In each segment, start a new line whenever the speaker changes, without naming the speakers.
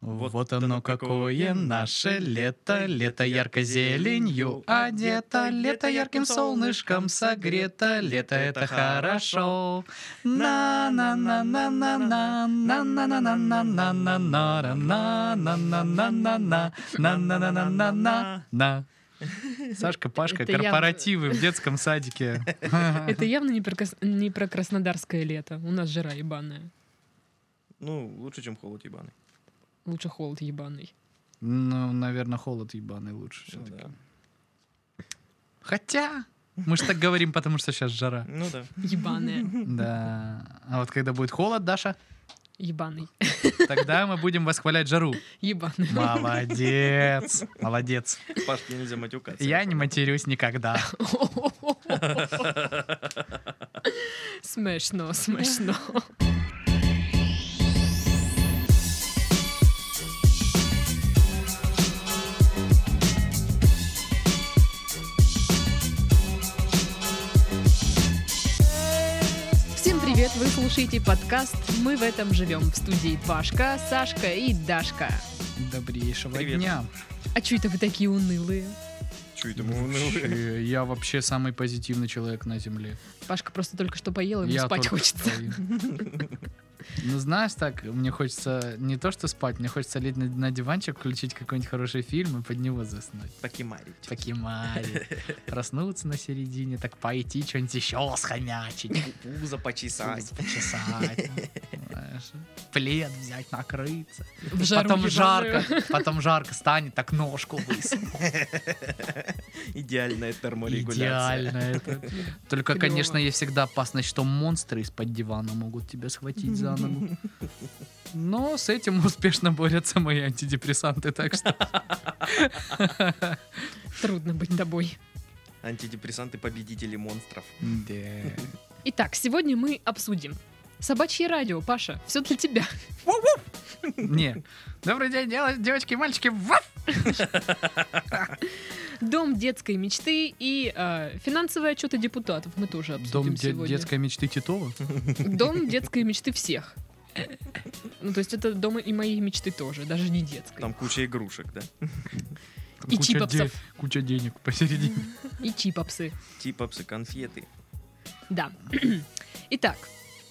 Вот, оно какое наше лето, лето ярко зеленью одето, лето ярким солнышком согрето, лето это хорошо. На на на на на на на на на на на на на на на на на на на на на на на на на на на Сашка, Пашка,
Это я.
корпоративы в детском садике.
Это явно не про, крас- не про краснодарское лето. У нас жара ебаная.
Ну, лучше, чем холод ебаный.
Лучше холод ебаный.
Ну, наверное, холод ебаный лучше
Ну
все-таки.
да.
Хотя, мы же так говорим, потому что сейчас жара.
Ну да.
Ебаная.
Да. А вот когда будет холод, Даша,
Ебаный.
тогда мы будем восхвалять жару.
Ебаный.
Молодец. Молодец.
Паш, тебе нельзя матюкаться.
Я не
понял.
матерюсь никогда.
Смешно, смешно. Всем привет! Вы слушаете подкаст «Мы в этом живем» в студии Пашка, Сашка и Дашка.
Добрейшего
Привет.
дня.
А чё это вы такие унылые?
Чё это мы унылые?
Вообще, я вообще самый позитивный человек на земле.
Пашка просто только что поела, ему
Я
спать
только
хочется.
что поел. Ну, знаешь, так, мне хочется не то что спать, мне хочется лить на, на диванчик, включить какой-нибудь хороший фильм и под него заснуть.
Покемарить.
Покемарить. Проснуться на середине, так пойти что-нибудь еще схомячить.
Пузо почесать.
пузо почесать. знаешь. Плед взять, накрыться.
В жару
потом
ебаную.
жарко, потом жарко станет, так ножку высунуть.
Идеальная терморегуляция.
Идеально это. Только,
Клёво.
конечно, есть всегда опасность, что монстры из-под дивана могут тебя схватить за ногу. Но с этим успешно борются мои антидепрессанты, так что...
Трудно быть тобой.
Антидепрессанты победители монстров.
Да.
Итак, сегодня мы обсудим. Собачье радио, Паша, все для тебя.
Не. Добрый день, дела- девочки и мальчики. Ваф!
Дом детской мечты и э, финансовые отчеты депутатов мы тоже обсудим
Дом де-
сегодня.
детской мечты Титова.
Дом детской мечты всех. Ну, то есть это дом и моей мечты тоже, даже не детской.
Там куча игрушек, да?
Там
И
куча
чипопсов,
де- Куча денег посередине.
и чипопсы.
Типопсы, Типа конфеты.
Да. Итак,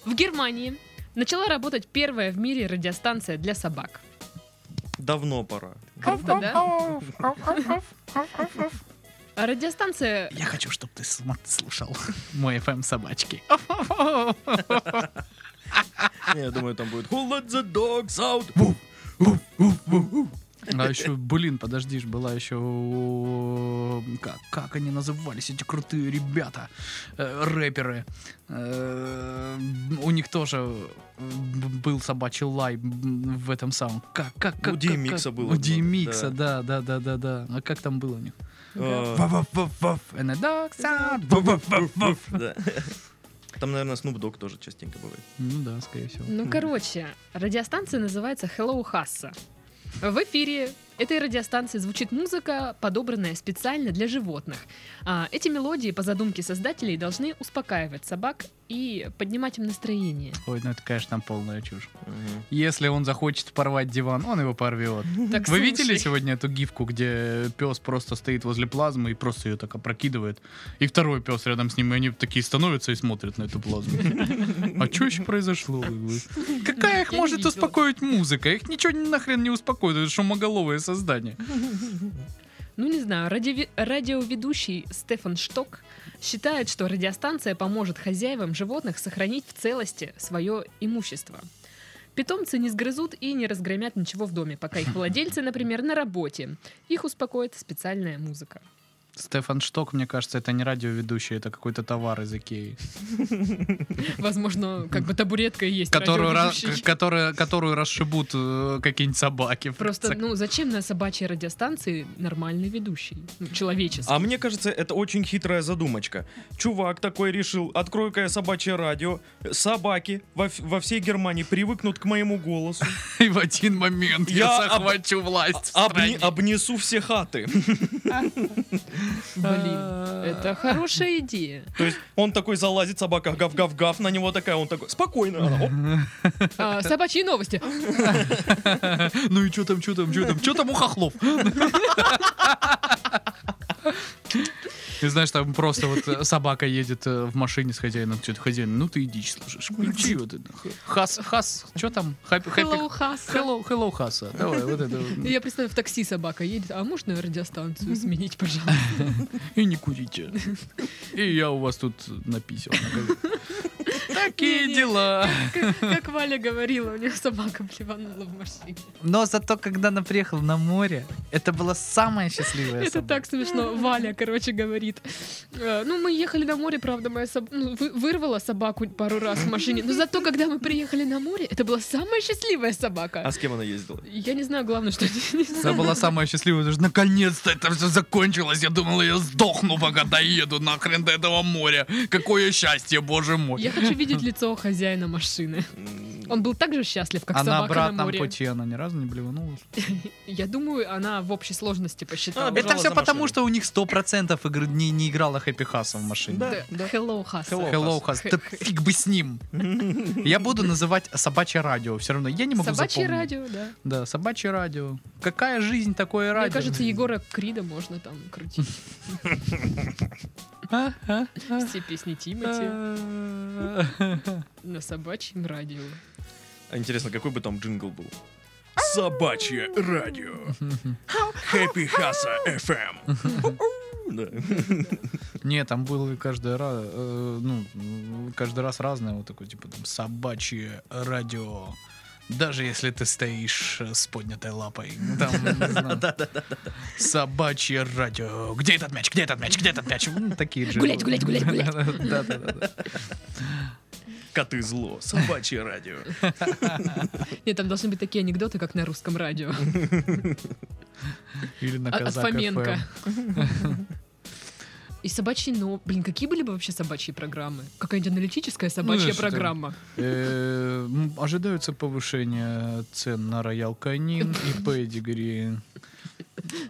в Германии начала работать первая в мире радиостанция для собак.
Давно пора.
Круто, да? А Радиостанция
Я хочу, чтобы ты см- слушал мой FM собачки.
Не, Я думаю, там будет Who let the dogs out?
А еще, блин, подожди ж, была еще... о, Как, как они назывались, эти крутые ребята? Э, рэперы. Э, у них тоже э, б- был собачий лай м, в этом самом. Как, как, как, как-
У DMX
как-
было
У
много,
DMX, да, да, да, да, да. А как там было у них? А,
Э,
Вов-вов-вов-вов, and the dogs are вов-вов-вов-вов.
да. Там, наверное, Snoop Dogg тоже частенько бывает.
Ну да, скорее всего.
Ну, короче, радиостанция называется Hello Hassa. В эфире этой радиостанции звучит музыка, подобранная специально для животных. А, эти мелодии, по задумке создателей, должны успокаивать собак и поднимать им настроение.
Ой, ну это, конечно, полная чушь.
Мгм.
Если он захочет порвать диван, он его порвет.
Так,
Вы
слушай,
видели сегодня эту гифку, где пес просто стоит возле плазмы и просто ее так опрокидывает? И второй пес рядом с ним, и они такие становятся и смотрят на эту плазму. А что еще произошло? Какая их
Я не
может
видела.
успокоит музыка? Их ничего ни нахрен не успокоит, это шумоголовое создание.
Ну, не знаю, радиови- радиоведущий Стефан Шток считает, что радиостанция поможет хозяевам животных сохранить в целости свое имущество. Питомцы не сгрызут и не разгромят ничего в доме, пока их владельцы, например, на работе. Их успокоит специальная музыка.
Стефан Шток, мне кажется, это не радиоведущий, это какой-то товар из Икеи.
Возможно, как бы табуретка и есть
Которую, ра-
радиоведущий.
к- которая- которую расшибут э, какие-нибудь собаки. в
Просто,
конце.
ну, зачем на собачьей радиостанции нормальный ведущий? Ну, человеческий.
А мне кажется, это очень хитрая задумочка. Чувак такой решил, открой-ка я собачье радио. Собаки во, ф- во всей Германии привыкнут к моему голосу.
И в один момент я,
Я об-
захвачу власть в
Обни-
стране.
обнесу все хаты.
А,
Блин, это хорошая идея.
То есть он такой залазит, собака гав-гав-гав, на него такая, он такой, спокойно, она, оп,
А, Собачьи новости.
Ну и что там, что там, что там, что там у хохлов? И знаешь, там просто вот э, собака едет э, в машине с хозяином, что-то хозяин, ну ты иди, слушаешь, включи вот это. Хас, хас, что там? Хэппи,
Hello,
хэппи,
Хаса.
hello, hello, хаса. Давай, вот это. вот.
Я представляю, в такси собака едет. А можно радиостанцию сменить, пожалуйста?
И не курите. И я у вас тут написал. Такие
Не-не.
дела.
Как, как Валя говорила, у нее собака плеванула в машине.
Но зато, когда она приехала на море, это была самая счастливая
Это так смешно. Валя, короче, говорит. э, Ну, мы ехали на море, правда, моя собака вырвала собаку пару раз в машине. Но зато, когда мы приехали на море, это была самая счастливая собака.
а с кем она ездила?
Я не знаю, главное, что не
Это была самая счастливая, потому что наконец-то это все закончилось. Я думал, я сдохну, пока доеду нахрен до этого моря. Какое счастье, боже мой.
Я хочу видеть лицо хозяина машины.
М,
Он был так же счастлив, как
а на
собака на
обратном
море.
пути она ни разу не блеванулась.
Я думаю, она в общей сложности посчитала.
бежала
Это все
за
потому,
машиной.
что у них 100% игр... не, не играла Хэппи Хаса в машине.
Да.
Да, Hello, Хаса.
Hello.
Hello,
Хас.
Хас. Да фиг бы с ним. Я буду называть собачье радио. Все равно я не могу
Собачье
запомнить.
радио, да.
Да, собачье радио. Какая жизнь, такое радио.
Мне кажется, Егора Крида можно там крутить.
А, а, а.
Все песни Тимати
А.
на собачьем радио.
А Интересно, какой бы там джингл был? Собачье радио. Happy Хаса FM. Да.
Не, там было каждый раз, э, ну, м, каждый раз разное, вот такое, типа, там, собачье радио. Даже если ты стоишь э, с поднятой лапой. Ну, Там, не знаю. Собачье радио. Где этот мяч? Где этот мяч? Где этот мяч? М, Такие же.
Гулять, гулять, гулять, гулять.
Да-да-да.
Коты зло. Собачье радио.
Нет, там должны быть такие анекдоты, как на русском радио.
Или на
А, От- От
казак
Фоменко.
FM.
И собачьи, но... Блин, какие были бы вообще собачьи программы? Какая-нибудь аналитическая собачья
знаешь, это-
программа.
Э, м, Ожидаются повышения цен на роял канин и педигри.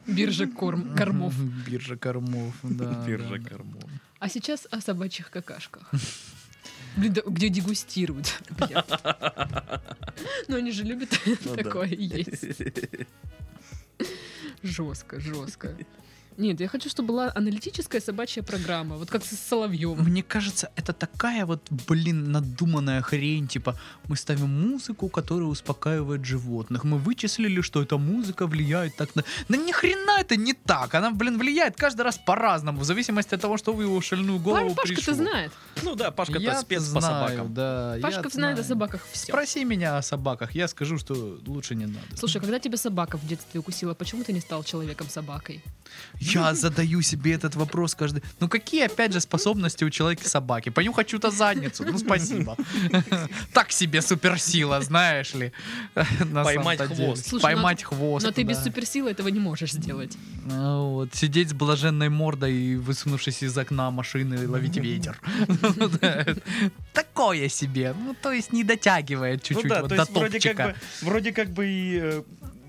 Биржа корм... кормов.
Биржа кормов, да.
Биржа
да, да.
кормов.
А сейчас о собачьих какашках. Блин, да где дегустируют. Бля. Ну они же любят
Ну да.
такое есть. Жестко, жестко. Нет, я хочу, чтобы была аналитическая собачья программа, вот как с Соловьем.
Мне кажется, это такая вот, блин, надуманная хрень, типа, мы ставим музыку, которая успокаивает животных. Мы вычислили, что эта музыка влияет так на... Да ни хрена это не так! Она, блин, влияет каждый раз по-разному, в зависимости от того, что в его шальную голову
Паш- Пашка-то
пришло.
знает.
Ну да, Пашка-то
Я-то
спец по
знаю,
собакам.
да.
Пашка
я-то
знает о
знаю.
собаках все.
Спроси меня о собаках, я скажу, что лучше не надо.
Слушай, а когда тебя собака в детстве укусила, почему ты не стал человеком-собакой?
Я задаю себе этот вопрос каждый. Ну какие, опять же, способности у человека-собаки? Понюхать чью-то задницу, ну спасибо. Так себе суперсила, знаешь ли. на
Поймать
самом-то деле.
хвост. ну
Слушай,
Поймать хвост.
Но ты без
да.
суперсилы этого не можешь сделать.
Ну Вот, сидеть с блаженной мордой и высунувшись из окна машины и ловить ветер. Ну да, Такое себе. Ну, то есть не дотягивает
Ну
чуть-чуть
да,
вот
то
до
есть вроде как
топчика.
бы, вроде как бы и э,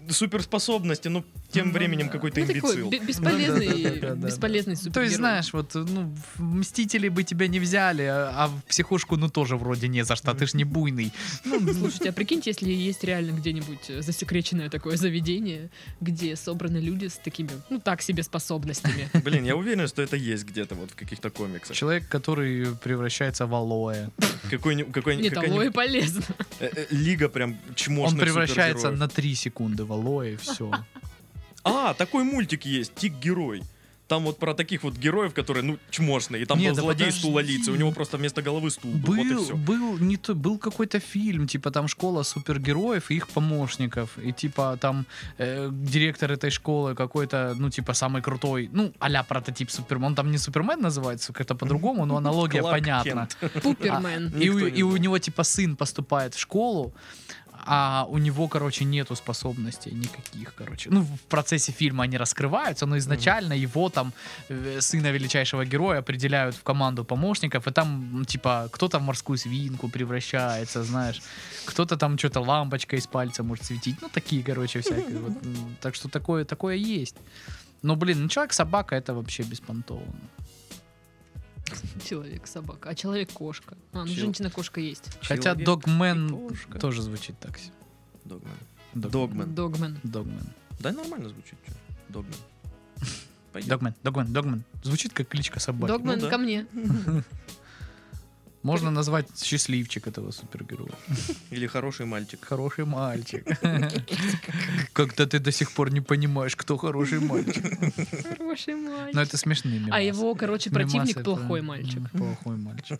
суперспособности, но тем
Ну
временем
да.
какой-то
ну такой
имбецил.
бе- бесполезный,
Да-да-да-да-да-да.
бесполезный
То есть,
супергерой.
знаешь, вот, ну, в мстители бы тебя не взяли, а а в психушку, ну, тоже вроде не за что, ты ж не буйный. ну,
Слушайте, а прикиньте, если есть реально где-нибудь э, засекреченное такое заведение, где собраны люди с такими, ну так себе способностями.
Блин, я уверен, что это есть где-то вот в каких-то комиксах.
Человек, который превращается в алоэ.
Какой-нибудь...
Нет, того и полезно.
э, Лига прям чмошных
Он превращается
супергероев.
на 3 секунды в алоэ, и все.
А, такой мультик есть, Тик-герой. Там вот про таких вот героев, которые, ну, чмошные. И там
Не,
был
да
злодей
подожди.
стул у него просто вместо головы стул был, вот и
Был,
все.
был, не то, был какой-то фильм, типа там школа супергероев и их помощников, и типа там э, директор этой школы какой-то, ну типа самый крутой, ну а-ля прототип Супермен, он там не Супермен называется, как-то по-другому, но аналогия
Кларк
понятна.
Кент.
Пупермен.
И, у,
Никто не
и у
знал.
него типа сын поступает в школу, а у него, короче, нету способностей никаких, короче. Ну, в процессе фильма они раскрываются, но изначально его там, э, сына величайшего героя, определяют в команду помощников, и там, м, типа, кто-то в морскую свинку превращается, знаешь, кто-то там что-то лампочка из пальца может светить, ну, такие, короче, всякие. вот. М, Так что такое, такое есть. Ну, блин, ну, человек-собака это вообще беспонтово.
Человек-собака. А человек-кошка. А, ну
Чел-
женщина-кошка есть.
Хотя
Человек и
Догмен
кошка.
тоже звучит так себе.
Догмен.
Дог-
Догмен.
Догмен.
Догмен.
Да нормально звучит. чё. Догмен. Пойдёт.
Догмен, Догмен, Догмен. Звучит как кличка собаки.
Догмен
Ну да.
ко мне.
Можно назвать счастливчик этого супергероя.
Или хороший мальчик.
Хороший мальчик. Когда ты до сих пор не понимаешь, кто хороший мальчик.
Хороший мальчик.
Но это смешные мемасы.
А его, короче,
Мемасы
противник
это,
плохой мальчик.
м, Плохой мальчик.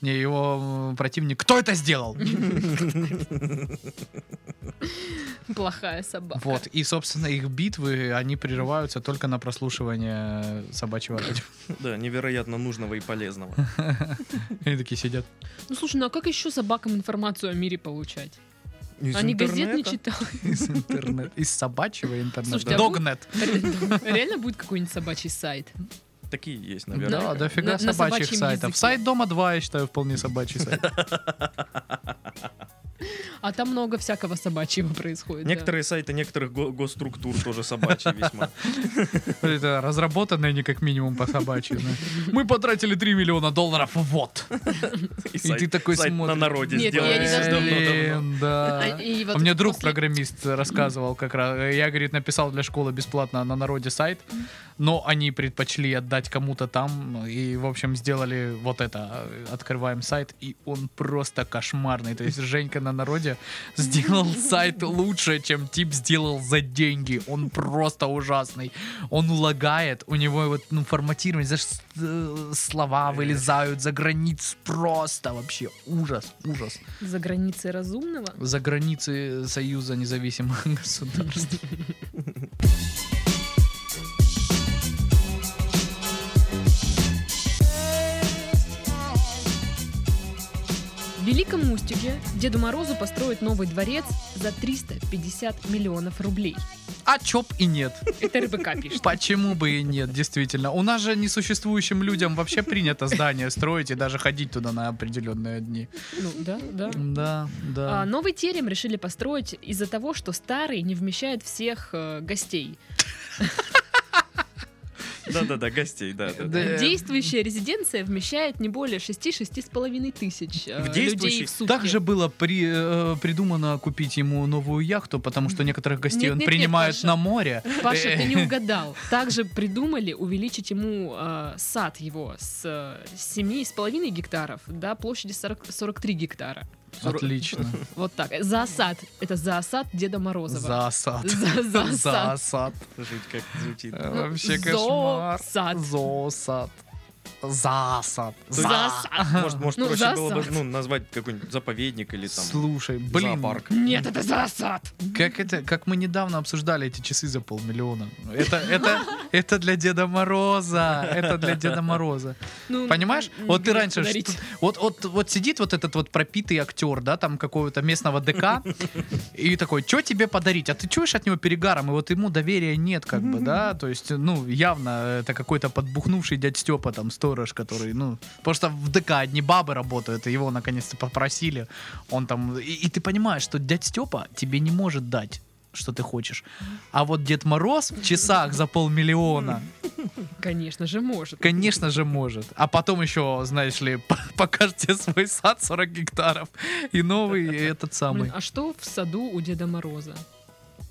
Не, его м, противник. Кто это сделал?
Плохая собака.
Вот. И, собственно, их битвы, они прерываются только на прослушивание собачьего радио.
Да, невероятно нужного и полезного.
Они такие сидят.
Ну слушай, ну а как еще собакам информацию о мире получать?
Из
Они газет не
интернета?
читают.
Из интернета. Из собачьего интернета.
Слушайте, а вы-
Догнет.
Реально будет какой-нибудь собачий сайт.
Такие есть, наверное.
Да, дофига
На- на
собачьих
собачьем
сайтов.
языке.
Сайт Дома 2, я считаю, вполне собачий сайт.
А там много всякого собачьего происходит. да.
Некоторые сайты некоторых го- госструктур тоже собачьи весьма.
Это разработанное не как минимум по собачьи. Мы потратили 3 миллиона долларов, вот.
И
ты такой
сайт на
смотришь.
народе
Нет, я не
сделали
должна-
давно-давно.
Блин, да.
А, и вот
А мне друг
после-
программист рассказывал как раз. Я, говорит, написал для школы бесплатно на народе сайт, но они предпочли отдать кому-то там и, в общем, сделали вот это. Открываем сайт, и он просто кошмарный. То есть Женька на народе сделал сайт лучше, чем тип сделал за деньги. Он просто ужасный. Он лагает, у него вот ну, форматирование, знаешь, с- э, слова вылезают за границ просто вообще ужас, ужас
За границей разумного.
за границы Союза независимых государств.
В Великом Устюге Деду Морозу построят новый дворец за 350 миллионов рублей.
А чё б и нет?
Это РБК пишет.
Почему бы и нет, действительно? У нас же несуществующим людям вообще принято здание строить и даже ходить туда на определенные дни.
Ну, да, да.
Да,
А,
да.
новый терем решили построить из-за того, что старый не вмещает всех э, гостей.
Да-да-да, гостей, да. да, да.
Да. Э,
Действующая резиденция вмещает не более 6-6,5 тысяч э,
В
людей
действующей-
в сутки.
Также было при- э, придумано купить ему новую яхту, потому что некоторых гостей
Нет,
он
нет, нет,
принимает
Паша.
на море.
Паша, ты не
Э.
угадал. Также придумали увеличить ему э, сад его с э, 7,5 гектаров до площади 40 43 гектара.
Отлично.
Вот так. За осад. Это за осад Деда Морозова.
За осад.
За, за
За
осад.
осад.
Жуть как звучит.
Э, Вообще
Ну,
кошмар.
зоосад.
Зоосад. Засад.
За осад.
Может, может
Ну,
проще было бы
засад.
ну, назвать какой-нибудь заповедник или там
Слушай, блин,
зоопарк.
Нет, это за осад.
Как это, как мы недавно обсуждали эти часы за полмиллиона. Это, это, это для Деда Мороза. Это для Деда Мороза.
Ну,
Понимаешь?
не
Вот ты
грех
раньше,
подарить.
что- вот, вот, вот сидит вот этот вот пропитый актер, да, там какого-то местного ДК, и такой, что тебе подарить? А ты чуешь от него перегаром, и вот ему доверия нет, как бы, да, то есть, ну, явно это какой-то подбухнувший дядь Степа, там, сторож, который, ну, потому что в ДК одни бабы работают, и его наконец-то попросили, он там, и, и ты понимаешь, что дядь Степа тебе не может дать что ты хочешь. А вот Дед Мороз в часах за полмиллиона
Конечно же, может.
Конечно же может. А потом еще, знаешь ли, п- покажешь тебе свой сад 40 гектаров и новый и этот самый.
Блин, а что в саду у Деда Мороза?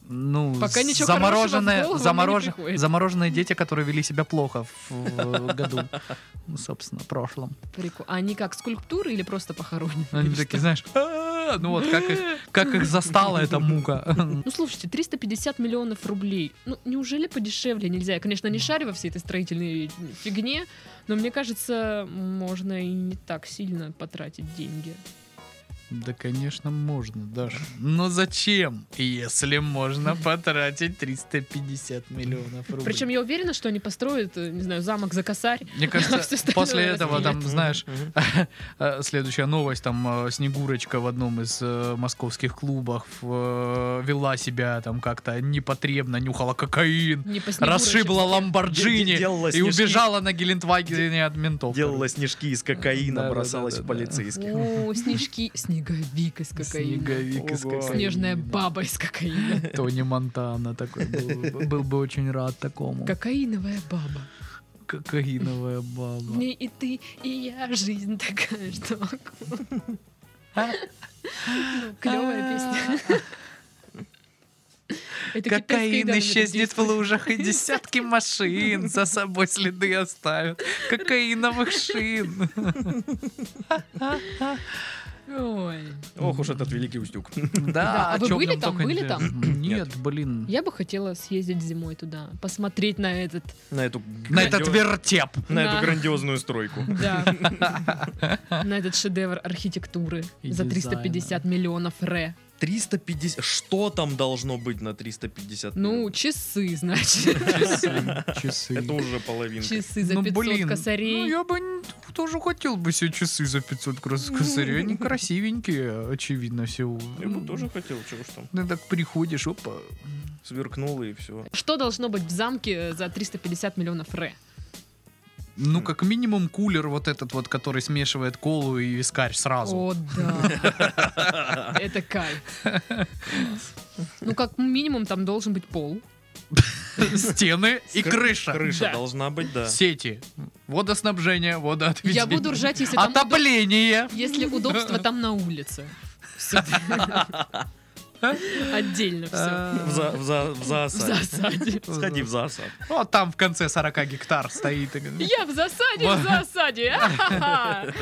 Ну,
пока
з-
ничего
замороженные,
хорошего в голову мне не
заморож-
приходит.
замороженные дети, которые вели себя плохо в, в году, ну, собственно, прошлом.
Прикол. А Они как скульптуры или просто похоронены?
Они
Или
такие,
что?
знаешь, «А-а-а!» ну вот как их, как их застала эта мука.
Ну слушайте, 350 миллионов рублей. Ну неужели подешевле нельзя? Я, конечно, не шарю во всей этой строительной фигне, но мне кажется, можно и не так сильно потратить деньги.
Да, конечно, можно, даже. Но Ну, зачем, если можно потратить 350 миллионов рублей?
Причем я уверена, что они построят, э, не знаю, замок за косарь.
Мне
Всё
кажется,
остальное
после этого,
разменяют.
там, ну, знаешь,
Мгм.
э, следующая новость, там, э, Снегурочка в одном из э, московских клубов э, вела себя там как-то непотребно, нюхала кокаин,
Не по Снегурочке.
расшибла
Де- де-
ламборджини
делала
и
снежки.
убежала на Гелендвагене от ментов.
Делала снежки из кокаина,
Да-да-да-да-да.
бросалась в полицейских.
О, снежки. Снеговик из кокаина.
Снеговик из
Ого.
кокаина.
Снежная баба из кокаина.
Тони Монтана такой был, был бы очень рад такому.
Кокаиновая баба.
кокаиновая баба.
Мне и ты, и я, жизнь такая, что... Клевая
А,
песня. Это китайская
Кокаин
еда на
исчезнет в
этом
лужах, и десятки машин за собой следы оставят. Кокаиновых шин.
действует. Ой.
Ох уж этот великий устюг.
Да,
Да, о
а вы
чем
были
нам
там,
только
были
не-
там?
Нет, блин.
Я бы хотела съездить зимой туда, посмотреть на этот.
На эту
На этот
грандиоз-
вертеп.
на
Да.
эту грандиозную стройку.
Да. На этот шедевр архитектуры
И
за 350 миллионов ре.
350... Что там должно быть на 350
Ну,
миллионов?
часы, значит.
Часы, часы.
Это уже половинка.
Часы за
Ну,
500
блин. Ну,
косарей.
я бы н- тоже хотел бы себе часы за 500 крос- косарей. Они красивенькие, очевидно, все.
Я бы тоже хотел, чего уж там.
Ну, так приходишь, опа.
Сверкнуло и все.
Что должно быть в замке за 350 миллионов ре?
Ну, как минимум, кулер вот этот вот, который смешивает колу и вискарь сразу.
О, да. Это кайф. Ну, как минимум, там должен быть пол.
Стены и
Кры-
крыша.
Крыша
Да.
должна быть, да.
Сети. Водоснабжение, водоотведение.
Я буду ржать, если
А
там удоб-
Отопление.
если удобство там на улице. Всё. Отдельно все.
А,
В, за, в, за, в
В
засад.
засаде.
Сходи в засад.
Вот Ну, а там в конце 40 гектар стоит. «Ну,
Я в засаде, в засаде. Ахаха.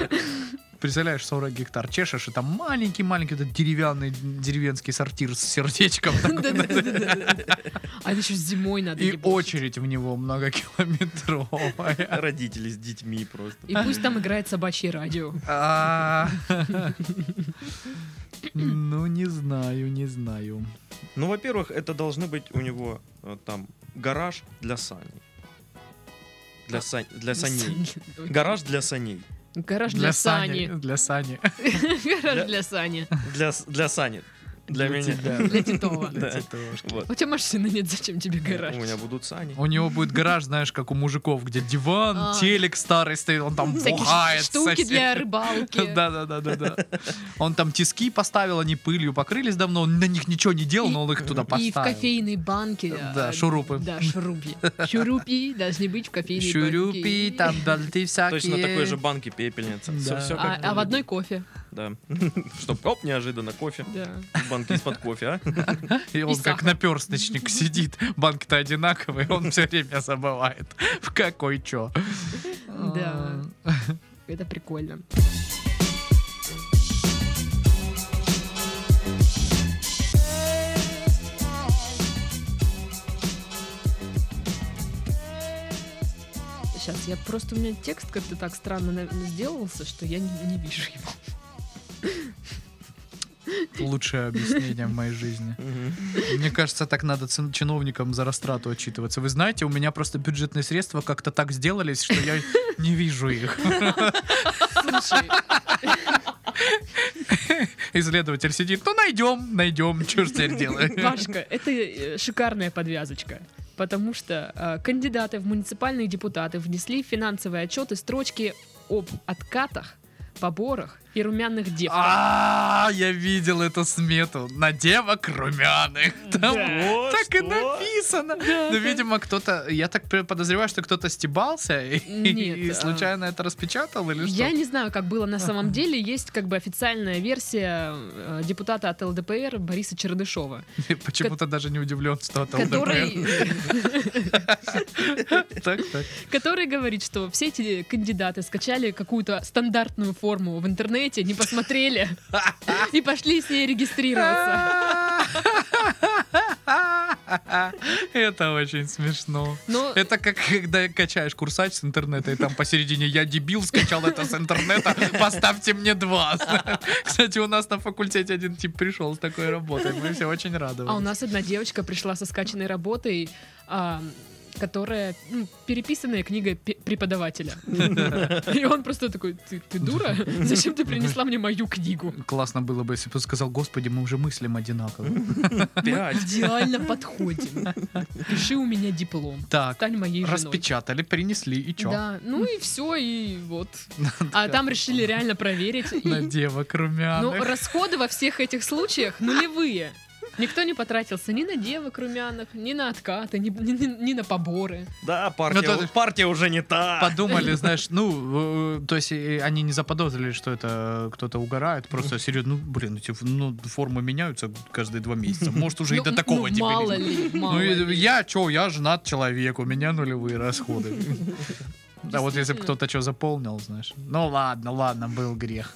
Представляешь, 40 гектар чешешь, и там маленький-маленький вот этот деревянный деревенский сортир с сердечком. такой.
Да-да-да-да-да. А это еще зимой надо
И
ебашить.
очередь в него многокилометровая.
Родители с детьми просто.
И пусть там играет собачье радио.
А. Ну, не знаю, не знаю.
Ну, во-первых, это должны быть у него э, там гараж для саней. Для, сань- для саней. Гараж для саней.
Гараж для Сани.
Для Сани.
Гараж для Сани.
Для, с- для сани. Для, меня.
тебя.
Для Титова.
Для Титошки.
Вот.
У тебя машины нет, зачем тебе гараж?
У меня будут сани.
У него будет гараж, знаешь, как у мужиков, где диван,
А.
телек старый стоит, он там
Всякие
бухает.
штуки
сосед.
для рыбалки.
Да, да, да, да, да. Он там тиски поставил, они пылью покрылись давно, он на них ничего не делал,
И-
но он их туда поставил.
И в кофейной банке.
Да,
а,
шурупы.
Да, шурупи. Шурупи должны быть в кофейной
Щурюпи,
банке.
там дальты всякие.
Точно такой же банки пепельница. Все,
Да.
А, а в одной кофе.
Да. Чтоб, оп, неожиданно кофе.
Да.
Банки из-под кофе, а?
И он
И
как
сахар.
наперсточник сидит. Банки-то одинаковые, он все время забывает. В какой чё. А,
Да. Это прикольно. Сейчас, я просто у меня текст как-то так странно на- сделался, что я не, не вижу его.
Лучшее объяснение в моей жизни. Мне кажется, так надо цин- чиновникам за растрату отчитываться. Вы знаете, у меня просто бюджетные средства как-то так сделались, что я не вижу их.
Слушай,
Исследователь сидит, ну найдем, найдем, что ж теперь делать.
Пашка, это э, шикарная подвязочка. Потому что э, кандидаты в муниципальные депутаты внесли в финансовые отчеты строчки об откатах, поборах и румяных девках.
А, я видел эту смету на девок румяных. Там
О,
так и
что?
написано. Ну, видимо, кто-то, я так пр- подозреваю, что кто-то стебался и,
Нет,
и
а-
случайно это распечатал или ну что?
Я не знаю, как было на самом деле. Есть как бы официальная версия э, депутата от ЛДПР Бориса Чердышова,
Почему-то даже не удивлен, что это
который,
ЛДПР. Так, так.
который говорит, что все эти кандидаты скачали какую-то стандартную форму в интернете, не посмотрели и пошли с ней регистрироваться.
Это очень смешно.
Но
Это как когда качаешь курсач с интернета, и там посередине я дебил, скачал это с интернета, поставьте мне два. Кстати, у нас на факультете один тип пришел с такой работой, мы все очень рады.
А у нас одна девочка пришла со скачанной работой. а, которая ну, переписанная книга пе- преподавателя. И он просто такой, ты, ты дура? Зачем ты принесла мне мою книгу?
Классно было бы, если бы он сказал, господи, мы уже мыслим одинаково.
Пять.
Идеально подходим. Пиши у меня диплом.
Так,
Стань моей женой.
распечатали, принесли, и чё?
Да, ну и все, и вот. А там решили реально проверить. и-
На девок
Но
румяных.
расходы во всех этих случаях нулевые. Никто не потратился ни на девок румяных, ни на откаты, ни, ни- ни- ни на поборы.
Да, партия,
Ну, то-
партия уже не та.
Подумали, знаешь, ну, э, то есть э, они не заподозрили, что это кто-то угорает, просто серьезно, ну, блин, эти ф- ну, формы меняются каждые два месяца, может уже и
Ну,
до
ну,
такого не
мало
довели.
ли, мало
Ну, и-
ли.
я чё, я женат человек, у меня нулевые расходы. Да вот если бы
Действительно.
кто-то что заполнил, знаешь. Ну ладно, ладно, был грех.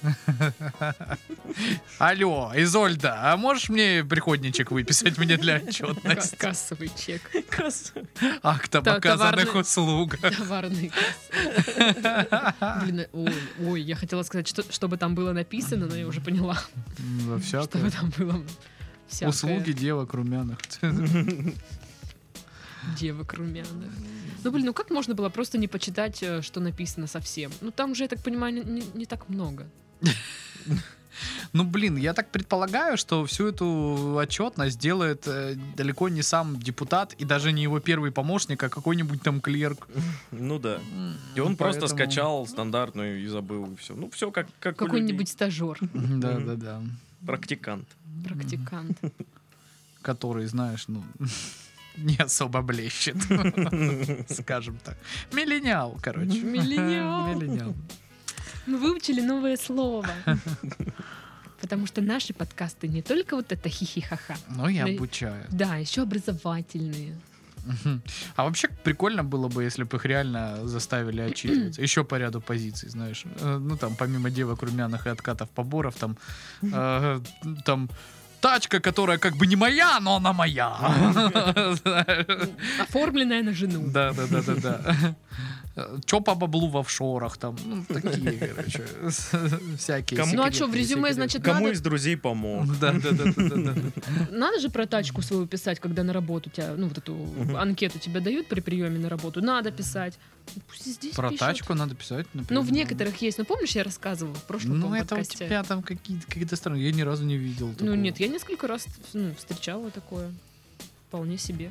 Алло, Изольда, а можешь мне приходничек выписать мне для
Ка-
отчетности?
Кассовый чек.
Красавчик.
Акта
Так,
оказанных
товарный-
услуг.
Товарный касс. Блин, ой, ой, я хотела сказать, что, чтобы там было написано, но я уже поняла,
М, во
что
всякое.
бы там было. Всякое.
Услуги девок румяных.
девок румяных. Ну, блин, ну как можно было просто не почитать, э, что написано совсем? Ну, там же, я так понимаю, не- не- не так много.
Ну, блин, я так предполагаю, что всю эту отчетность делает э, далеко не сам депутат и даже не его первый помощник, а какой-нибудь там клерк.
Ну да. И он просто
Поэтому-
скачал стандартную и забыл, и все. Ну, все как, как у
Какой-нибудь стажер,
Да, да, да.
людей. Практикант.
практикант.
Который, знаешь, ну, не особо блещет. Скажем так. Миллениал, короче.
Миллениал.
Миллениал.
Мы Ну, выучили новое слово. Потому что наши подкасты не только вот это хихихаха.
Ну и
Да и-
обучают.
Да, еще образовательные.
Мгм. А вообще прикольно было бы, если бы их реально заставили отчитываться. Еще по ряду позиций, знаешь. Э, Ну там, помимо девок румяных и откатов поборов, там, э, там тачка, которая как бы не моя, но она моя. А
Оформленная на жену.
Да, да, да, да, да. Че по баблу в офшорах там? Ну, такие, короче, всякие.
Кому-
Ну а
секретные,
что, в резюме,
секретные.
значит,
Кому
надо,
из друзей помог?
Да, да, да, да, да, да.
надо же про тачку свою писать, когда на работу тебя, ну вот эту анкету тебя дают при приеме на работу. Надо писать. Ну, Пусть и здесь
Про
пишут.
тачку надо писать, например.
Ну, в некоторых есть. Ну, помнишь, я рассказывала в прошлом
Ну,
по-моему,
это у
подкасте?
тебя там какие-то какие страны. Я ни разу не видел.
Ну,
такого.
нет, я несколько раз ну, встречала такое. Вполне себе.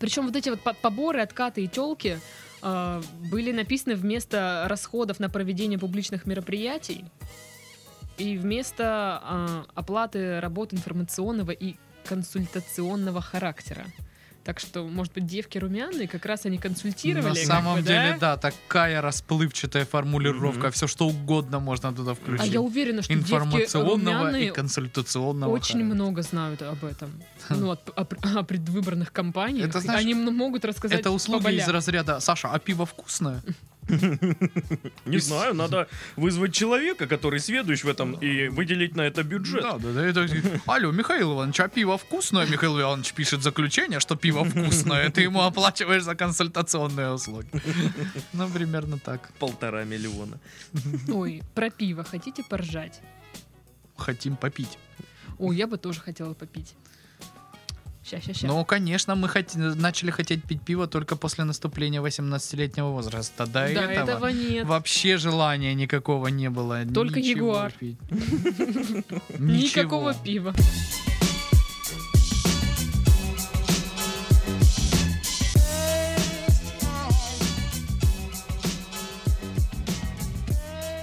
Причем вот эти вот по- поборы, откаты и телки были написаны вместо расходов на проведение публичных мероприятий и вместо а, оплаты работ информационного и консультационного характера. Так что, может быть, девки румяные как раз они консультировали.
На
как
самом
бы,
деле,
да?
да? такая расплывчатая формулировка, все что угодно можно туда
А
включить.
я уверена, что девки
Информационного и
румяные
консультационного.
Очень
характера.
много знают об этом. Ну, от- о, пр- о предвыборных кампаниях.
Это, знаешь,
Они м- могут рассказать
Это услуги
поболя.
из разряда Саша, а пиво вкусное?
Не знаю, надо вызвать человека, который сведущ в этом, и выделить на это бюджет.
Да, да, да. это- Алло, Михаил Иванович, а пиво вкусное? Михаил Иванович пишет заключение, что пиво вкусное. Ты ему оплачиваешь за консультационные услуги. Ну, примерно так.
Полтора миллиона.
Ой, про пиво хотите поржать?
Хотим попить.
Ой, я бы тоже хотела попить. Сейчас, сейчас, сейчас.
Ну, конечно, мы хот- начали хотеть пить пиво только после наступления 18-летнего возраста. Тогда
да, этого, нет.
Вообще желания никакого не было.
Только
Ничего
Ягуар.
пить.
Никакого
Ничего.
пива.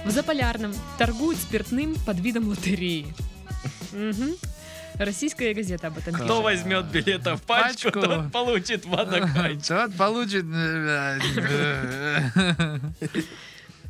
В Заполярном торгуют спиртным под видом лотереи. Мгм. Российская газета об этом
Кто
пишет.
Кто возьмет билета в пачку,
Пачку.
тот получит водокай.
Тот получит... э, э,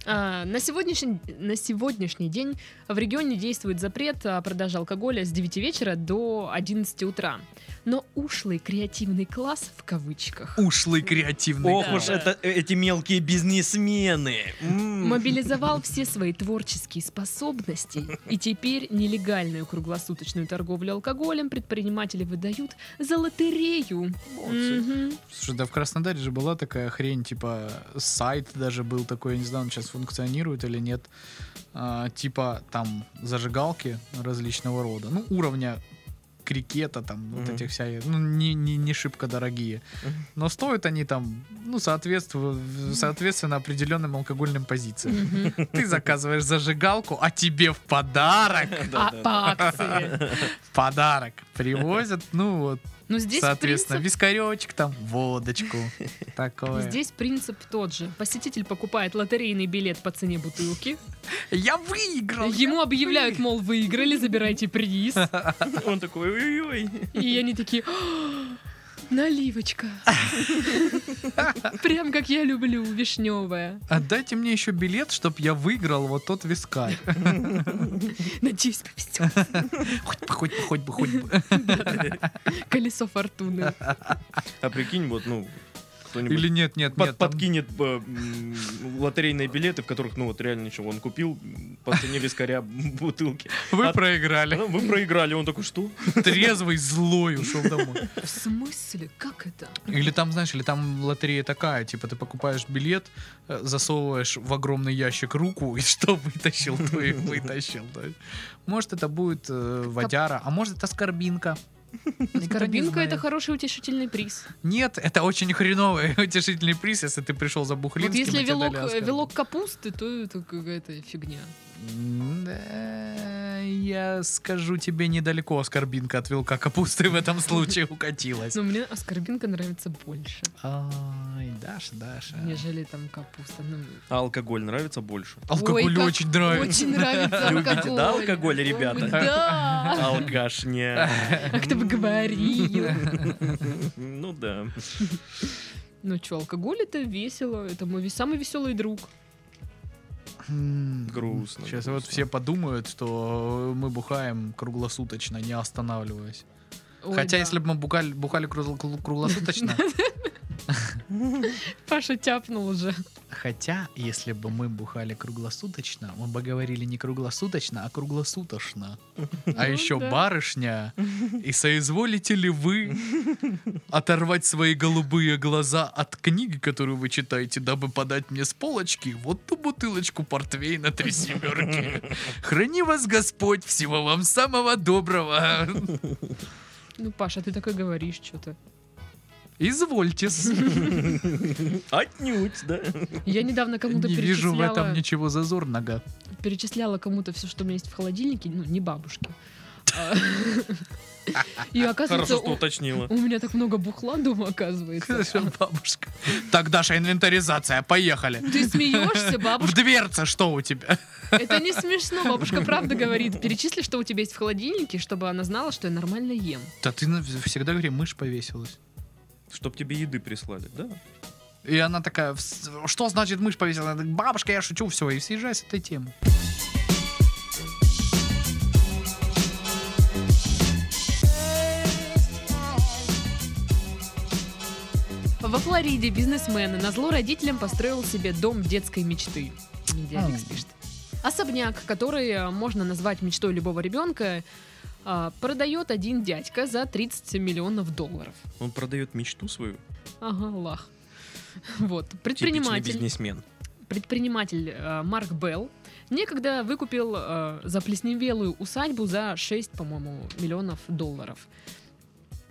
А, на, сегодняшний, на сегодняшний день в регионе действует запрет а, продажи алкоголя с 9 вечера до 11 утра. Но ушлый креативный класс в кавычках
Ушлый креативный.
Ох
класс.
уж это э, эти мелкие бизнесмены. М.
мобилизовал все свои творческие способности, и теперь нелегальную круглосуточную торговлю алкоголем предприниматели выдают за лотерею.
Молодцы.
Мгм.
Слушай, да в Краснодаре же была такая хрень, типа сайт даже был такой, я не знаю, он сейчас функционирует или нет. А, типа там зажигалки различного рода, ну уровня крикета, там, вот
Мгм.
этих всяких, ну, не, не, не шибко дорогие.
Мгм.
Но стоят они там, ну, соответственно, соответственно определенным алкогольным позициям.
Мгм.
Ты заказываешь зажигалку, а тебе в подарок,
А по акции.
в подарок привозят, ну, вот,
Ну, здесь
соответственно,
принцип-
вискаречек, там, водочку, такое.
Здесь принцип тот же. Посетитель покупает лотерейный билет по цене бутылки.
Я выиграл!
Ему объявляют, мол, выиграли, забирайте приз.
Он такой, ой-ой-ой.
И они такие, «А, наливочка. Прям как я люблю, вишневая.
Отдайте мне еще билет, чтоб я выиграл вот тот вискарь.
Надеюсь, повезет.
Хоть бы, хоть бы, хоть бы, хоть бы.
Колесо фортуны.
А прикинь, вот, ну, кто-нибудь
Или нет, нет,
под-
нет. там-
подкинет э, м, лотерейные билеты, в которых, ну, вот реально ничего, он купил м, по цене вискаря бутылки.
Вы
От-
проиграли.
Потом Вы проиграли, он такой, что?
Трезвый, злой ушел домой.
В смысле? Как это?
Или там, знаешь, или там лотерея такая, типа ты покупаешь билет, э, засовываешь в огромный ящик руку, и что вытащил, то и вытащил. да. Может, это будет э, водяра, а может, это скорбинка. Никто не
Карабинка —
знает.
это хороший утешительный приз.
Нет, это очень хреновый утешительный приз, если ты пришел за
Вот
Бухлинским.
если
и тебе
вилок, э,
дали Оскар.
вилок капусты, то это какая-то фигня.
Да, я скажу тебе, недалеко оскорбинка от вилка капусты в этом случае укатилась.
Но мне аскорбинка нравится больше,
Ай, Даша, Даша.
нежели там капуста. Ну,
А алкоголь нравится больше?
Алкоголь
Ой, как
очень нравится.
Очень нравится
Любите,
алкоголь.
да, алкоголь, ребята?
Да.
Алкашня.
Ах ты бы говорил.
Ну да.
Ну что, алкоголь это весело. Это мой ве- самый веселый друг.
М,
Грустно,
Сейчас
грустно.
вот все подумают, что мы бухаем круглосуточно, не останавливаясь.
Ой,
Хотя,
да.
если бы мы бухали, бухали кругл- кругл- круглосуточно,
Паша тяпнул уже.
хотя, если бы мы бухали круглосуточно, мы бы говорили не круглосуточно, а круглосуточно. А
Ну
еще
да.
барышня, и соизволите ли вы оторвать свои голубые глаза от книги, которую вы читаете, дабы подать мне с полочки вот ту бутылочку портвейна три семерки? Храни вас Господь, всего вам самого доброго.
Ну, Паша, ты так и говоришь что-то.
Извольтесь.
Отнюдь, да.
Я недавно кому-то
Не вижу в этом
перечисляла,
ничего зазорного.
перечисляла кому-то все, что у меня есть в холодильнике, ну, не бабушке. А, И оказывается,
Хорошо, что
у
уточнила.
у меня так много бухла дома, оказывается.
Бабушка. Так, Даша, инвентаризация, поехали.
Ты смеешься,
В
бабушка?
дверце что у тебя?
Это не смешно. Бабушка правда говорит. Перечисли, что у тебя есть в холодильнике, чтобы она знала, что я нормально ем.
Да ты на- всегда говори, мышь повесилась.
Чтоб тебе еды прислали, да?
И она такая, «Вс- что значит мышь повесила? Она такая, Бабушка, я шучу, все, и съезжай с этой темы.
Во Флориде бизнесмен назло родителям построил себе дом детской мечты. Медиаликс
Ам.
пишет. Особняк, который э, можно назвать мечтой любого ребенка, а, продает один дядька за 30 миллионов долларов.
Он продает мечту свою.
Ага, лах. Вот.
Типичный
Предприниматель,
бизнесмен.
предприниматель э, Марк Белл некогда выкупил э, заплесневелую усадьбу за 6, по-моему, миллионов долларов.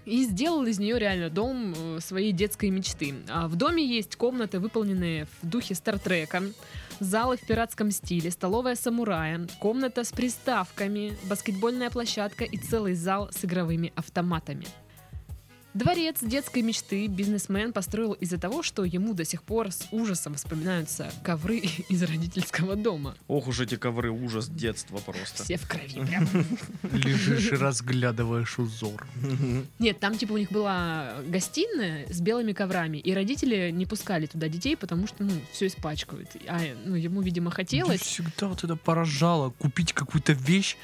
И сделал из нее реально дом э, своей детской мечты. А в доме есть комнаты, выполненные в духе Стартрека, залы в пиратском стиле, столовая самурая, комната с приставками, баскетбольная площадка и целый зал с игровыми автоматами. Дворец детской мечты бизнесмен построил из-за того, что ему до сих пор с ужасом вспоминаются ковры из родительского дома.
Ох уж эти ковры, ужас детства просто.
Все в крови прям.
Лежишь и разглядываешь узор.
Нет, там типа у них была гостиная с белыми коврами, и родители не пускали туда детей, потому что, ну, все испачкают. А, ну, ему, видимо,
Меня
хотелось.
Всегда вот это поражало, купить какую-то вещь,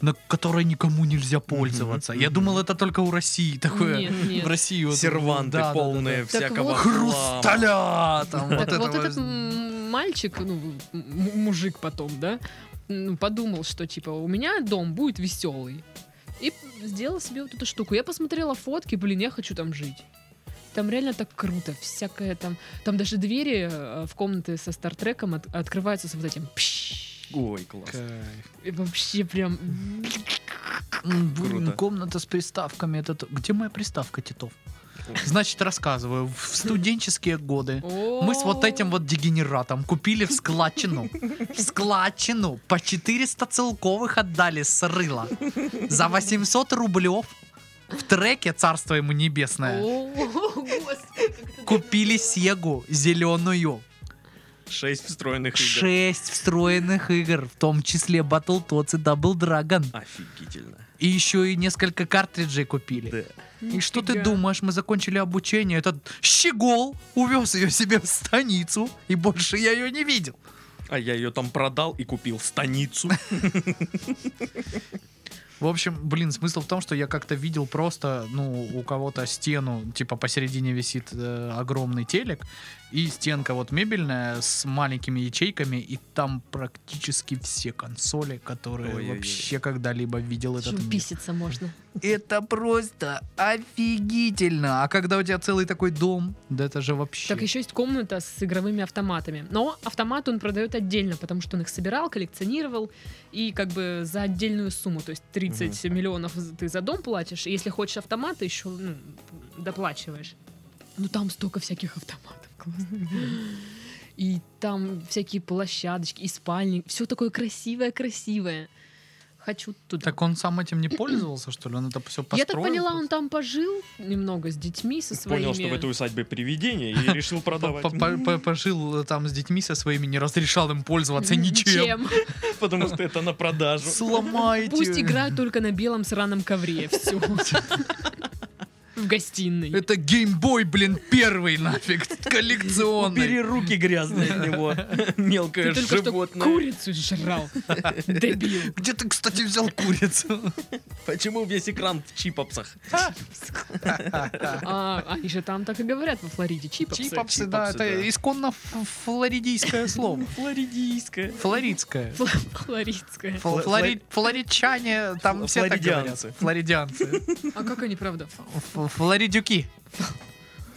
на которой никому нельзя пользоваться. Я
мгм.
думал, это только у России такое.
Нет,
В
нет.
России вот-
Серванты
да, да, да,
полные
да.
Так
всякого
вот.
хлама.
Хрусталя! Там, вот
Так вот
этого.
этот м, мальчик, ну, м- мужик потом, да, ну, подумал, что, типа, у меня дом будет веселый. И сделал себе вот эту штуку. Я посмотрела фотки, блин, я хочу там жить. Там реально так круто, всякое там... Там даже двери э, в комнаты со Стартреком от- открываются с вот этим... пш.
Ой, класс.
Кайф.
И вообще прям...
М, блин,
Круто.
комната с приставками. Это... то- Где моя приставка, Титов? Значит, рассказываю. В студенческие годы мы с вот этим вот дегенератом купили в складчину. В складчину по 400 целковых отдали с рыла. За 800 рублев в треке «Царство ему небесное» купили Сегу зеленую.
Шесть встроенных игр.
Шесть встроенных игр, в том числе Battletoads и Double Dragon.
Офигительно.
И еще и несколько картриджей купили.
Да.
И что ты думаешь, мы закончили обучение, этот щегол увез ее себе в станицу, и больше я ее не видел.
А я ее там продал и купил станицу.
В общем, блин, смысл в том, что я как-то видел просто, ну, у кого-то стену, типа посередине висит э, огромный телек, и стенка вот мебельная с маленькими ячейками, и там практически все консоли, которые
Ой-ой-ой.
вообще когда-либо видел этот мир.
писиться можно.
Это просто офигительно. А когда у тебя целый такой дом, да это же вообще...
Так еще есть комната с игровыми автоматами. Но автомат он продает отдельно, потому что он их собирал, коллекционировал и как бы за отдельную сумму, то есть 30 миллионов з- ты за дом платишь, и если хочешь автомат, ты еще ну, доплачиваешь. Ну там столько всяких автоматов классных. И там всякие площадочки, и спальни. Все такое красивое-красивое. Хочу туда.
Так он сам этим не пользовался, что ли? Он это все
Я
построил?
так поняла, он там пожил немного с детьми, со своими.
Понял, что в этой усадьбе привидение и решил продавать.
П- п- п- Пожил э, там с детьми со своими, не разрешал им пользоваться ничем.
Ничем.
Потому что это на продажу.
Ну, Сломайте.
Пусть играют только на белом сраном ковре. Все. В гостиной.
Это геймбой, блин, первый нафиг, коллекционный.
руки грязные от него, мелкое
э,
Ты только что курицу жрал. Дебил.
Где ты, кстати, взял курицу?
Почему весь экран в чипопсах?
А, они же там так и говорят во Флориде. Чипсы.
Чипопсы, да,
чипопсы, да.
это исконно ф- флоридийское слово.
Флоридийская.
Флоридское.
Флоридская.
Фл-
Фла-
флори- Флоридчане, там
Фл-
все так говорят.
флоридианцы.
Флоридианцы.
А как они, правда? ф-
Ф- Флоридюки.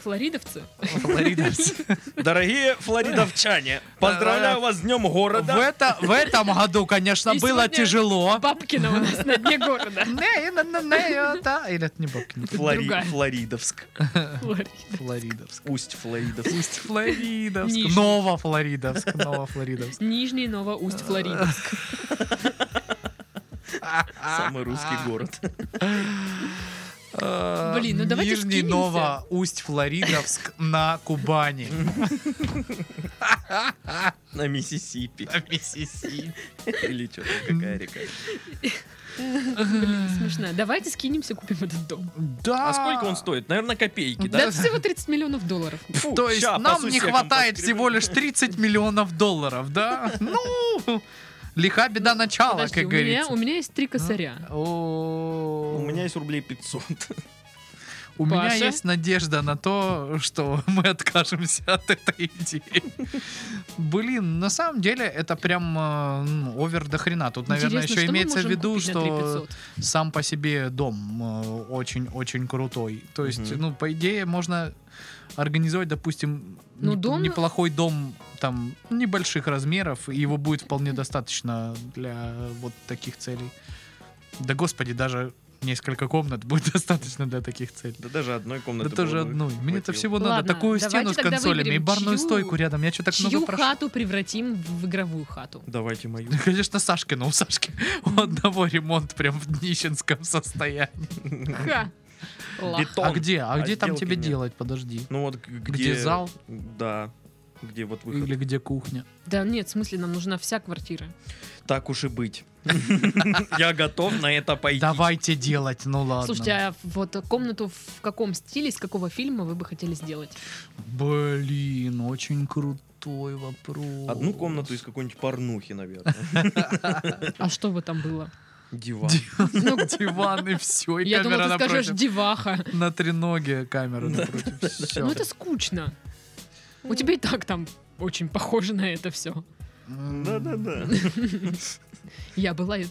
Флоридовцы?
Флоридовцы.
Дорогие флоридовчане, поздравляю вас с днем
В,
города.
это, в этом году, конечно,
И
было
сегодня-
тяжело.
Бабкина у нас на дне города.
Не, не, не, не, да. Или это не бабки, не
Флори-
другая.
Флоридовск.
Флорида.
Флоридовск.
Усть Флоридовск.
Пусть Флоридовск.
Нижний.
Ново-Флоридовск. Ново-Флоридовск.
Нижний Новоусть Флоридовск.
Самый русский город.
А,
Блин, ну давайте
Нижний
скинемся.
Ново, Усть Флоридовск на Кубани.
На Миссисипи.
На Миссисипи.
Или что там, какая река.
Блин, смешно. Давайте скинемся, купим этот дом.
Да.
А сколько он стоит? Наверное, копейки,
Да
да?
это всего 30 миллионов долларов.
Фу,
То есть
ща,
нам
пасусь
не
всех,
хватает
пострелю.
всего лишь 30 миллионов долларов, да? Ну, лиха беда начала,
Ну, Подожди,
как
у меня,
говорится. Ну,
у меня есть три косаря.
О.
У меня есть рублей 500.
У меня
Паша?
есть надежда на то, что мы откажемся от этой идеи. Блин, на самом деле это прям э, ну, овер до хрена. Тут, наверное,
Интересно,
еще
что мы
имеется в
можем
виду,
купить на
что
3500?
сам по себе дом э, очень-очень крутой. То есть,
Мгм.
ну, по идее, можно организовать, допустим,
Ну,
неп-
дом-
неплохой дом там небольших размеров, и его будет вполне достаточно для вот таких целей. Да господи, даже несколько комнат будет достаточно для таких целей.
Да даже одной
Да
комнаты.
тоже
по-моему,
одной. Мне-то
хватило.
всего надо
Ну, Ладно,
такую
давайте
стену с
тогда
консолями и
выберем,
барную
чью-
стойку рядом. Я что так много
Чью
прошу?
хату превратим в игровую хату?
Давайте мою.
Да, конечно, Сашкина. У Сашки у одного ремонт прям в нищенском состоянии.
Ха. Лах.
Бетон.
А где? А где там
отделки
тебе
нет.
делать? Подожди.
Ну вот г- где...
Где зал?
Да. Где вот выход.
Или где кухня?
Да нет, в смысле, нам нужна вся квартира.
Так уж и быть. Я готов на это пойти.
Давайте делать, ну ладно.
Слушайте, а вот комнату в каком стиле, из какого фильма вы бы хотели сделать?
Блин, очень крутой вопрос.
Одну комнату из какой-нибудь порнухи, наверное.
А что бы там было? Ну,
Диван.
Диван и все, и
Я
камера
думала, ты скажешь
напротив.
деваха.
На треноге камера напротив.
Ну
Всё.
это скучно. У тебя и так там очень похоже на это все.
Да-да-да.
Я была из-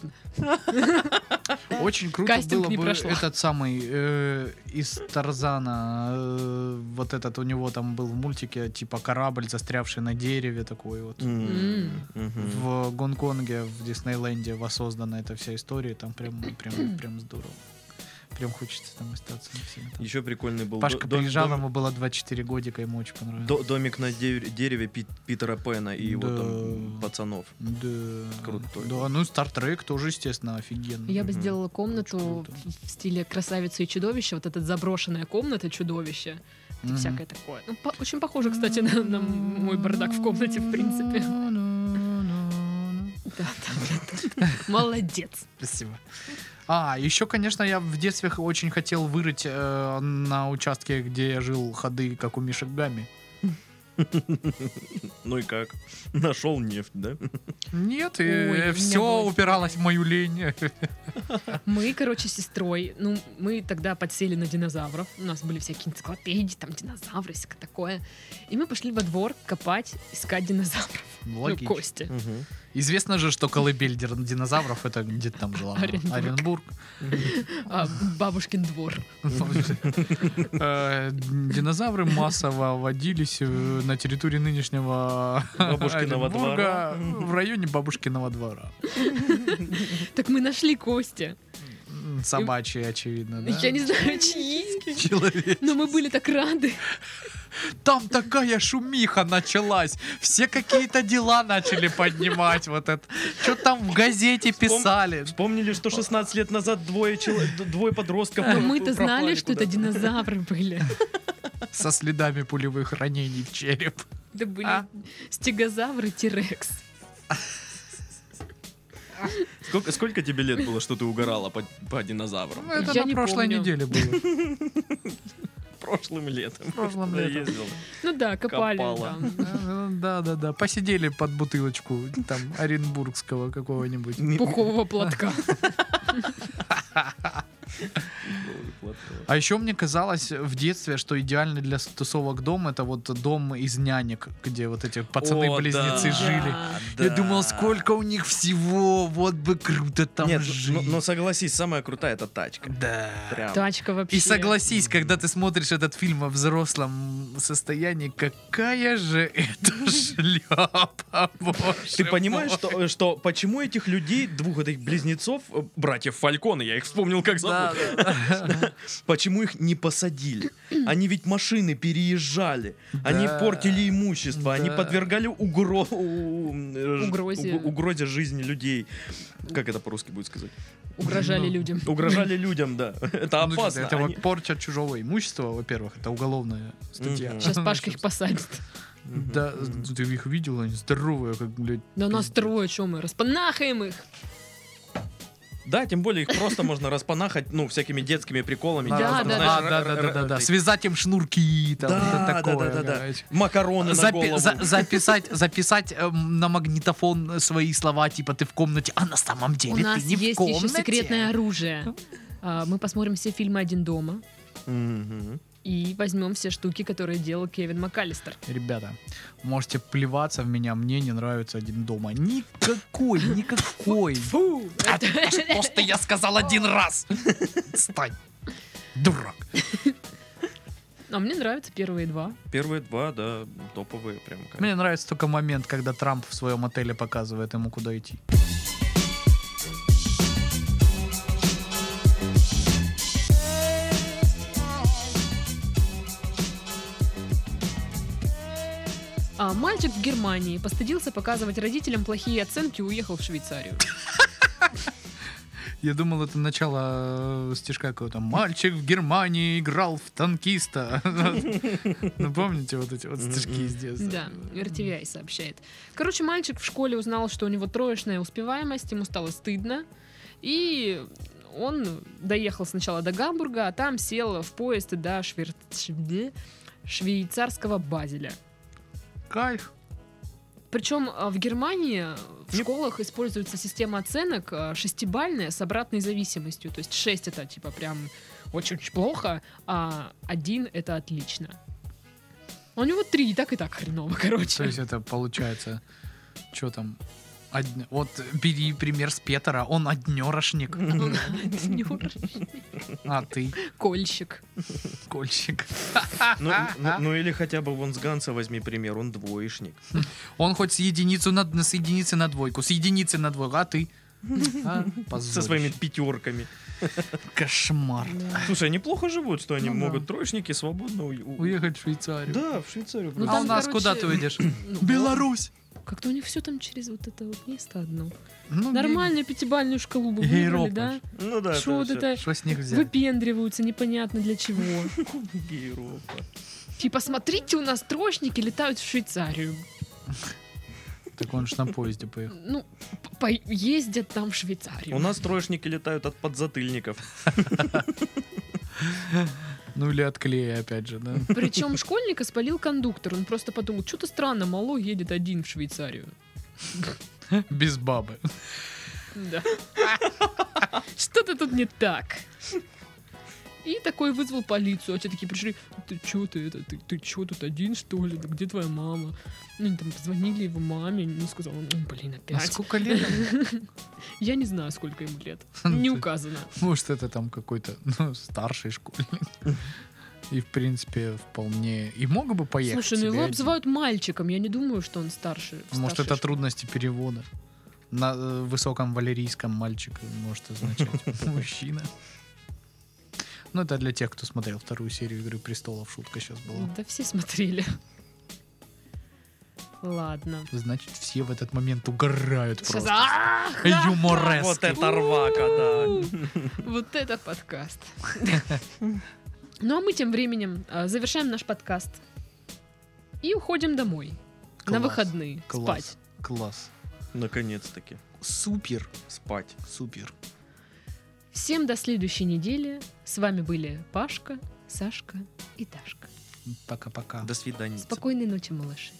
Очень круто
Кастинг
было
не
бы
прошло.
этот самый э, из Тарзана, э, вот этот у него там был в мультике, типа корабль, застрявший на дереве такой вот.
М, мгм.
В Гонконге, в Диснейленде воссоздана эта вся история, там прям, прям, прям здорово. Прям хочется там остаться навсегда.
Еще прикольный был
Пашка
до- дом-
приезжал,
дом-
ему было 24 годика, ему очень понравилось.
до- домик на дереве дереве Пит- Питера Пэна и его
Да.
там пацанов.
Да.
Крутой.
Да, ну Стартрек тоже, естественно, офигенно.
Я бы
Мгм.
сделала комнату
круто.
в в стиле красавицы и чудовища, вот эта заброшенная комната чудовища и
Мгм.
всякое такое. Ну, по- очень похоже, кстати, на, на мой бардак в комнате, в принципе.
Ну,
Да, да, да. Молодец.
Спасибо. А, еще, конечно, я в детстве х- очень хотел вырыть э, на участке, где я жил, ходы, как у Мишек Гамми.
Ну и как? Нашел нефть, да?
Нет,
Ой, у меня
все
было-
упиралось в мою лень.
Мы, короче, с сестрой, ну, мы тогда подсели на динозавров. У нас были всякие энциклопедии, там динозавры, всякое такое. И мы пошли во двор копать, искать динозавров. Ну,
Логично.
кости.
Известно же, что колыбель дир- динозавров это где-то там жила.
Оренбург.
Оренбург.
А, бабушкин двор.
Ну, Э, Динозавры массово водились э, на территории нынешнего
Бабушкиного двора.
Оренбурга, в районе бабушкиного двора.
Так мы нашли кости.
М, Собачьи, очевидно, да?
Я не знаю, чьи.
Человек.
Но мы были так рады.
Там такая шумиха началась. Все какие-то дела начали поднимать. Вот это. Что там в газете писали?
Вспомнили, что 16 лет назад двое, чело- д- двое подростков
Но
про-
А мы-то
пропали
знали, что это
куда-то.
динозавры были.
Со следами пулевых ранений в череп.
Это были
А?
стегозавры Тирекс.
Сколько, сколько тебе лет было, что ты угорала по, по динозаврам?
Ну, это
Я
на
не
прошлой
помню.
неделе было.
Прошлым летом.
Прошлым
Я
летом.
ездил.
Ну да, копали
Копала.
там.
Да, да, да. Посидели под бутылочку там оренбургского какого-нибудь.
Не-
Пухового платка.
А еще мне казалось в детстве, что идеально для тусовок дом это вот дом из нянек, где вот эти пацаны-близнецы
да.
жили.
Да.
Я
Да.
думал, сколько у них всего, вот бы круто там
Нет, ну,
жить.
но, но согласись, самая крутая это тачка.
Да.
Прям.
Тачка вообще.
И согласись, когда ты смотришь этот фильм во взрослом состоянии, какая же это шляпа, боже
Ты понимаешь,
мой.
что, э, что почему этих людей, двух этих близнецов, э, братьев Фальконы, я их вспомнил как
Да,
зовут,
да, да.
почему их не посадили? Они ведь машины переезжали, они
Да.
портили имущество, они
Да.
подвергали угро... у- э, ж-
Угрозе.
уг- угрозе жизни людей. Как это по-русски будет сказать?
Угрожали
Ну.
людям.
Угрожали людям, да. Это
Ну,
опасно.
Это
Они-
вот порча чужого имущества, во-первых, это уголовная статья.
Мгм.
Сейчас Пашка их посадит.
Мгм.
Да,
Мгм.
ты их видел, они здоровые, как, блядь.
Да нас
пиздец.
трое, что мы, распанахаем их.
Да, тем более их просто можно распанахать, ну, всякими детскими приколами.
Да,
типа,
да,
там,
да,
знаешь,
да, да,
р-
да,
р-
да, да, да.
этой-
Связать им шнурки, там,
Да,
вот это
да,
такое,
да, да, да.
короче.
Макароны на
Запи-
голову.
за- записать, записать эм, на магнитофон свои слова, типа ты в комнате, а на самом деле
У
ты
нас
не в
есть
комнате.
еще секретное оружие. А, Мы посмотрим все фильмы «Один дома»
Мгм.
и возьмем все штуки, которые делал Кевин МакАлистер.
Ребята, можете плеваться в меня, мне не нравится один дома. Никакой, никакой.
Фу!
А
Это-
Просто я сказал один раз. Стань. Дурак.
А мне нравятся первые два.
Первые два, да, топовые прям. конечно.
Мне нравится только момент, когда Трамп в своем отеле показывает ему, куда идти.
А мальчик в Германии постыдился показывать родителям плохие оценки и уехал в Швейцарию.
Я думал, это начало э, стишка какого-то. Мальчик в Германии играл в танкиста. Ну, помните вот эти вот стишки из детства?
Да, RTVI сообщает. Короче, мальчик в школе узнал, что у него троечная успеваемость, ему стало стыдно. И он доехал сначала до Гамбурга, а там сел в поезд до швер- шв- швейцарского Базеля.
Кайф.
Причем а, в Германии в
Не-
школах используется система оценок а, шестибальная с обратной зависимостью. То есть 6 это типа прям очень-очень плохо, а 1 это отлично. А У него три и так и так хреново,
То
короче.
есть это получается Что там? Од- Вот бери пример с Петера, он однерашник,
Днёр.
а ты
Кольщик.
кольщик.
Ну, ну- ну или хотя бы вон с Ганса возьми пример, он двоечник.
Он хоть с единицу на, с единицы на двойку, с единицы на двойку, а ты? А, позорище.
Со своими пятерками.
Кошмар.
Слушай, они плохо живут, что они
Ну да.
могут троечники свободно у- у-
Уехать в Швейцарию.
Да, в Швейцарию.
Ну,
а
просто.
у
там,
нас
короче,
куда ты уйдешь?
Ну,
Беларусь.
Как-то у них все там через вот это вот место одно.
Ну,
Нормальную пятибальную шкалу бы
Я и
выбрали,
ропнуть.
да?
Ну да,
Что вот
всё.
ге-
это?
Что с них взять?
Выпендриваются непонятно для чего.
Европа.
Типа, смотрите, у нас трошники летают в Швейцарию.
Так он ж на поезде поехал.
Ну, п- по- ездят там в
У
Швейцарию.
нас троечники летают от подзатыльников.
Ну или от клея, опять же, да?
Причем школьника спалил кондуктор. Он просто подумал, что-то странно, Мало едет один в Швейцарию.
Без бабы.
А Да. Что-то тут не так. И такой вызвал полицию, а те такие пришли, ты чё ты это, ты, ты чё тут один что ли, Да где твоя мама? Ну, они там позвонили его маме, ну, сказала, «Ну, блин,
А
опять.
сколько лет?
Я не знаю, сколько ему лет,
Ну,
не указано.
Может, это там какой-то ну, старший школьник. И, в принципе, вполне... И мог бы поехать
Слушай, ну
себе
его
один.
обзывают мальчиком, я не думаю, что он старше. в
Может,
старшей
это
школе.
трудности перевода. На э, высоком валерийском мальчик может означать мужчина. Ну, это для тех, кто смотрел вторую серию Игры престолов. Шутка сейчас была.
Да все смотрели. Ладно.
Значит, все в этот момент угорают
Сейчас-
просто.
Ах, ах,
Юморески.
Вот это рвака, да.
Вот это подкаст. Ну а мы тем временем а, завершаем наш подкаст и уходим домой на
Класс.
выходные
Класс.
спать.
Класс.
Наконец-таки.
Супер.
Спать.
Супер.
Всем до следующей недели. С вами были Пашка, Сашка и Дашка.
Пока-пока.
До свидания.
Спокойной ночи, малыши.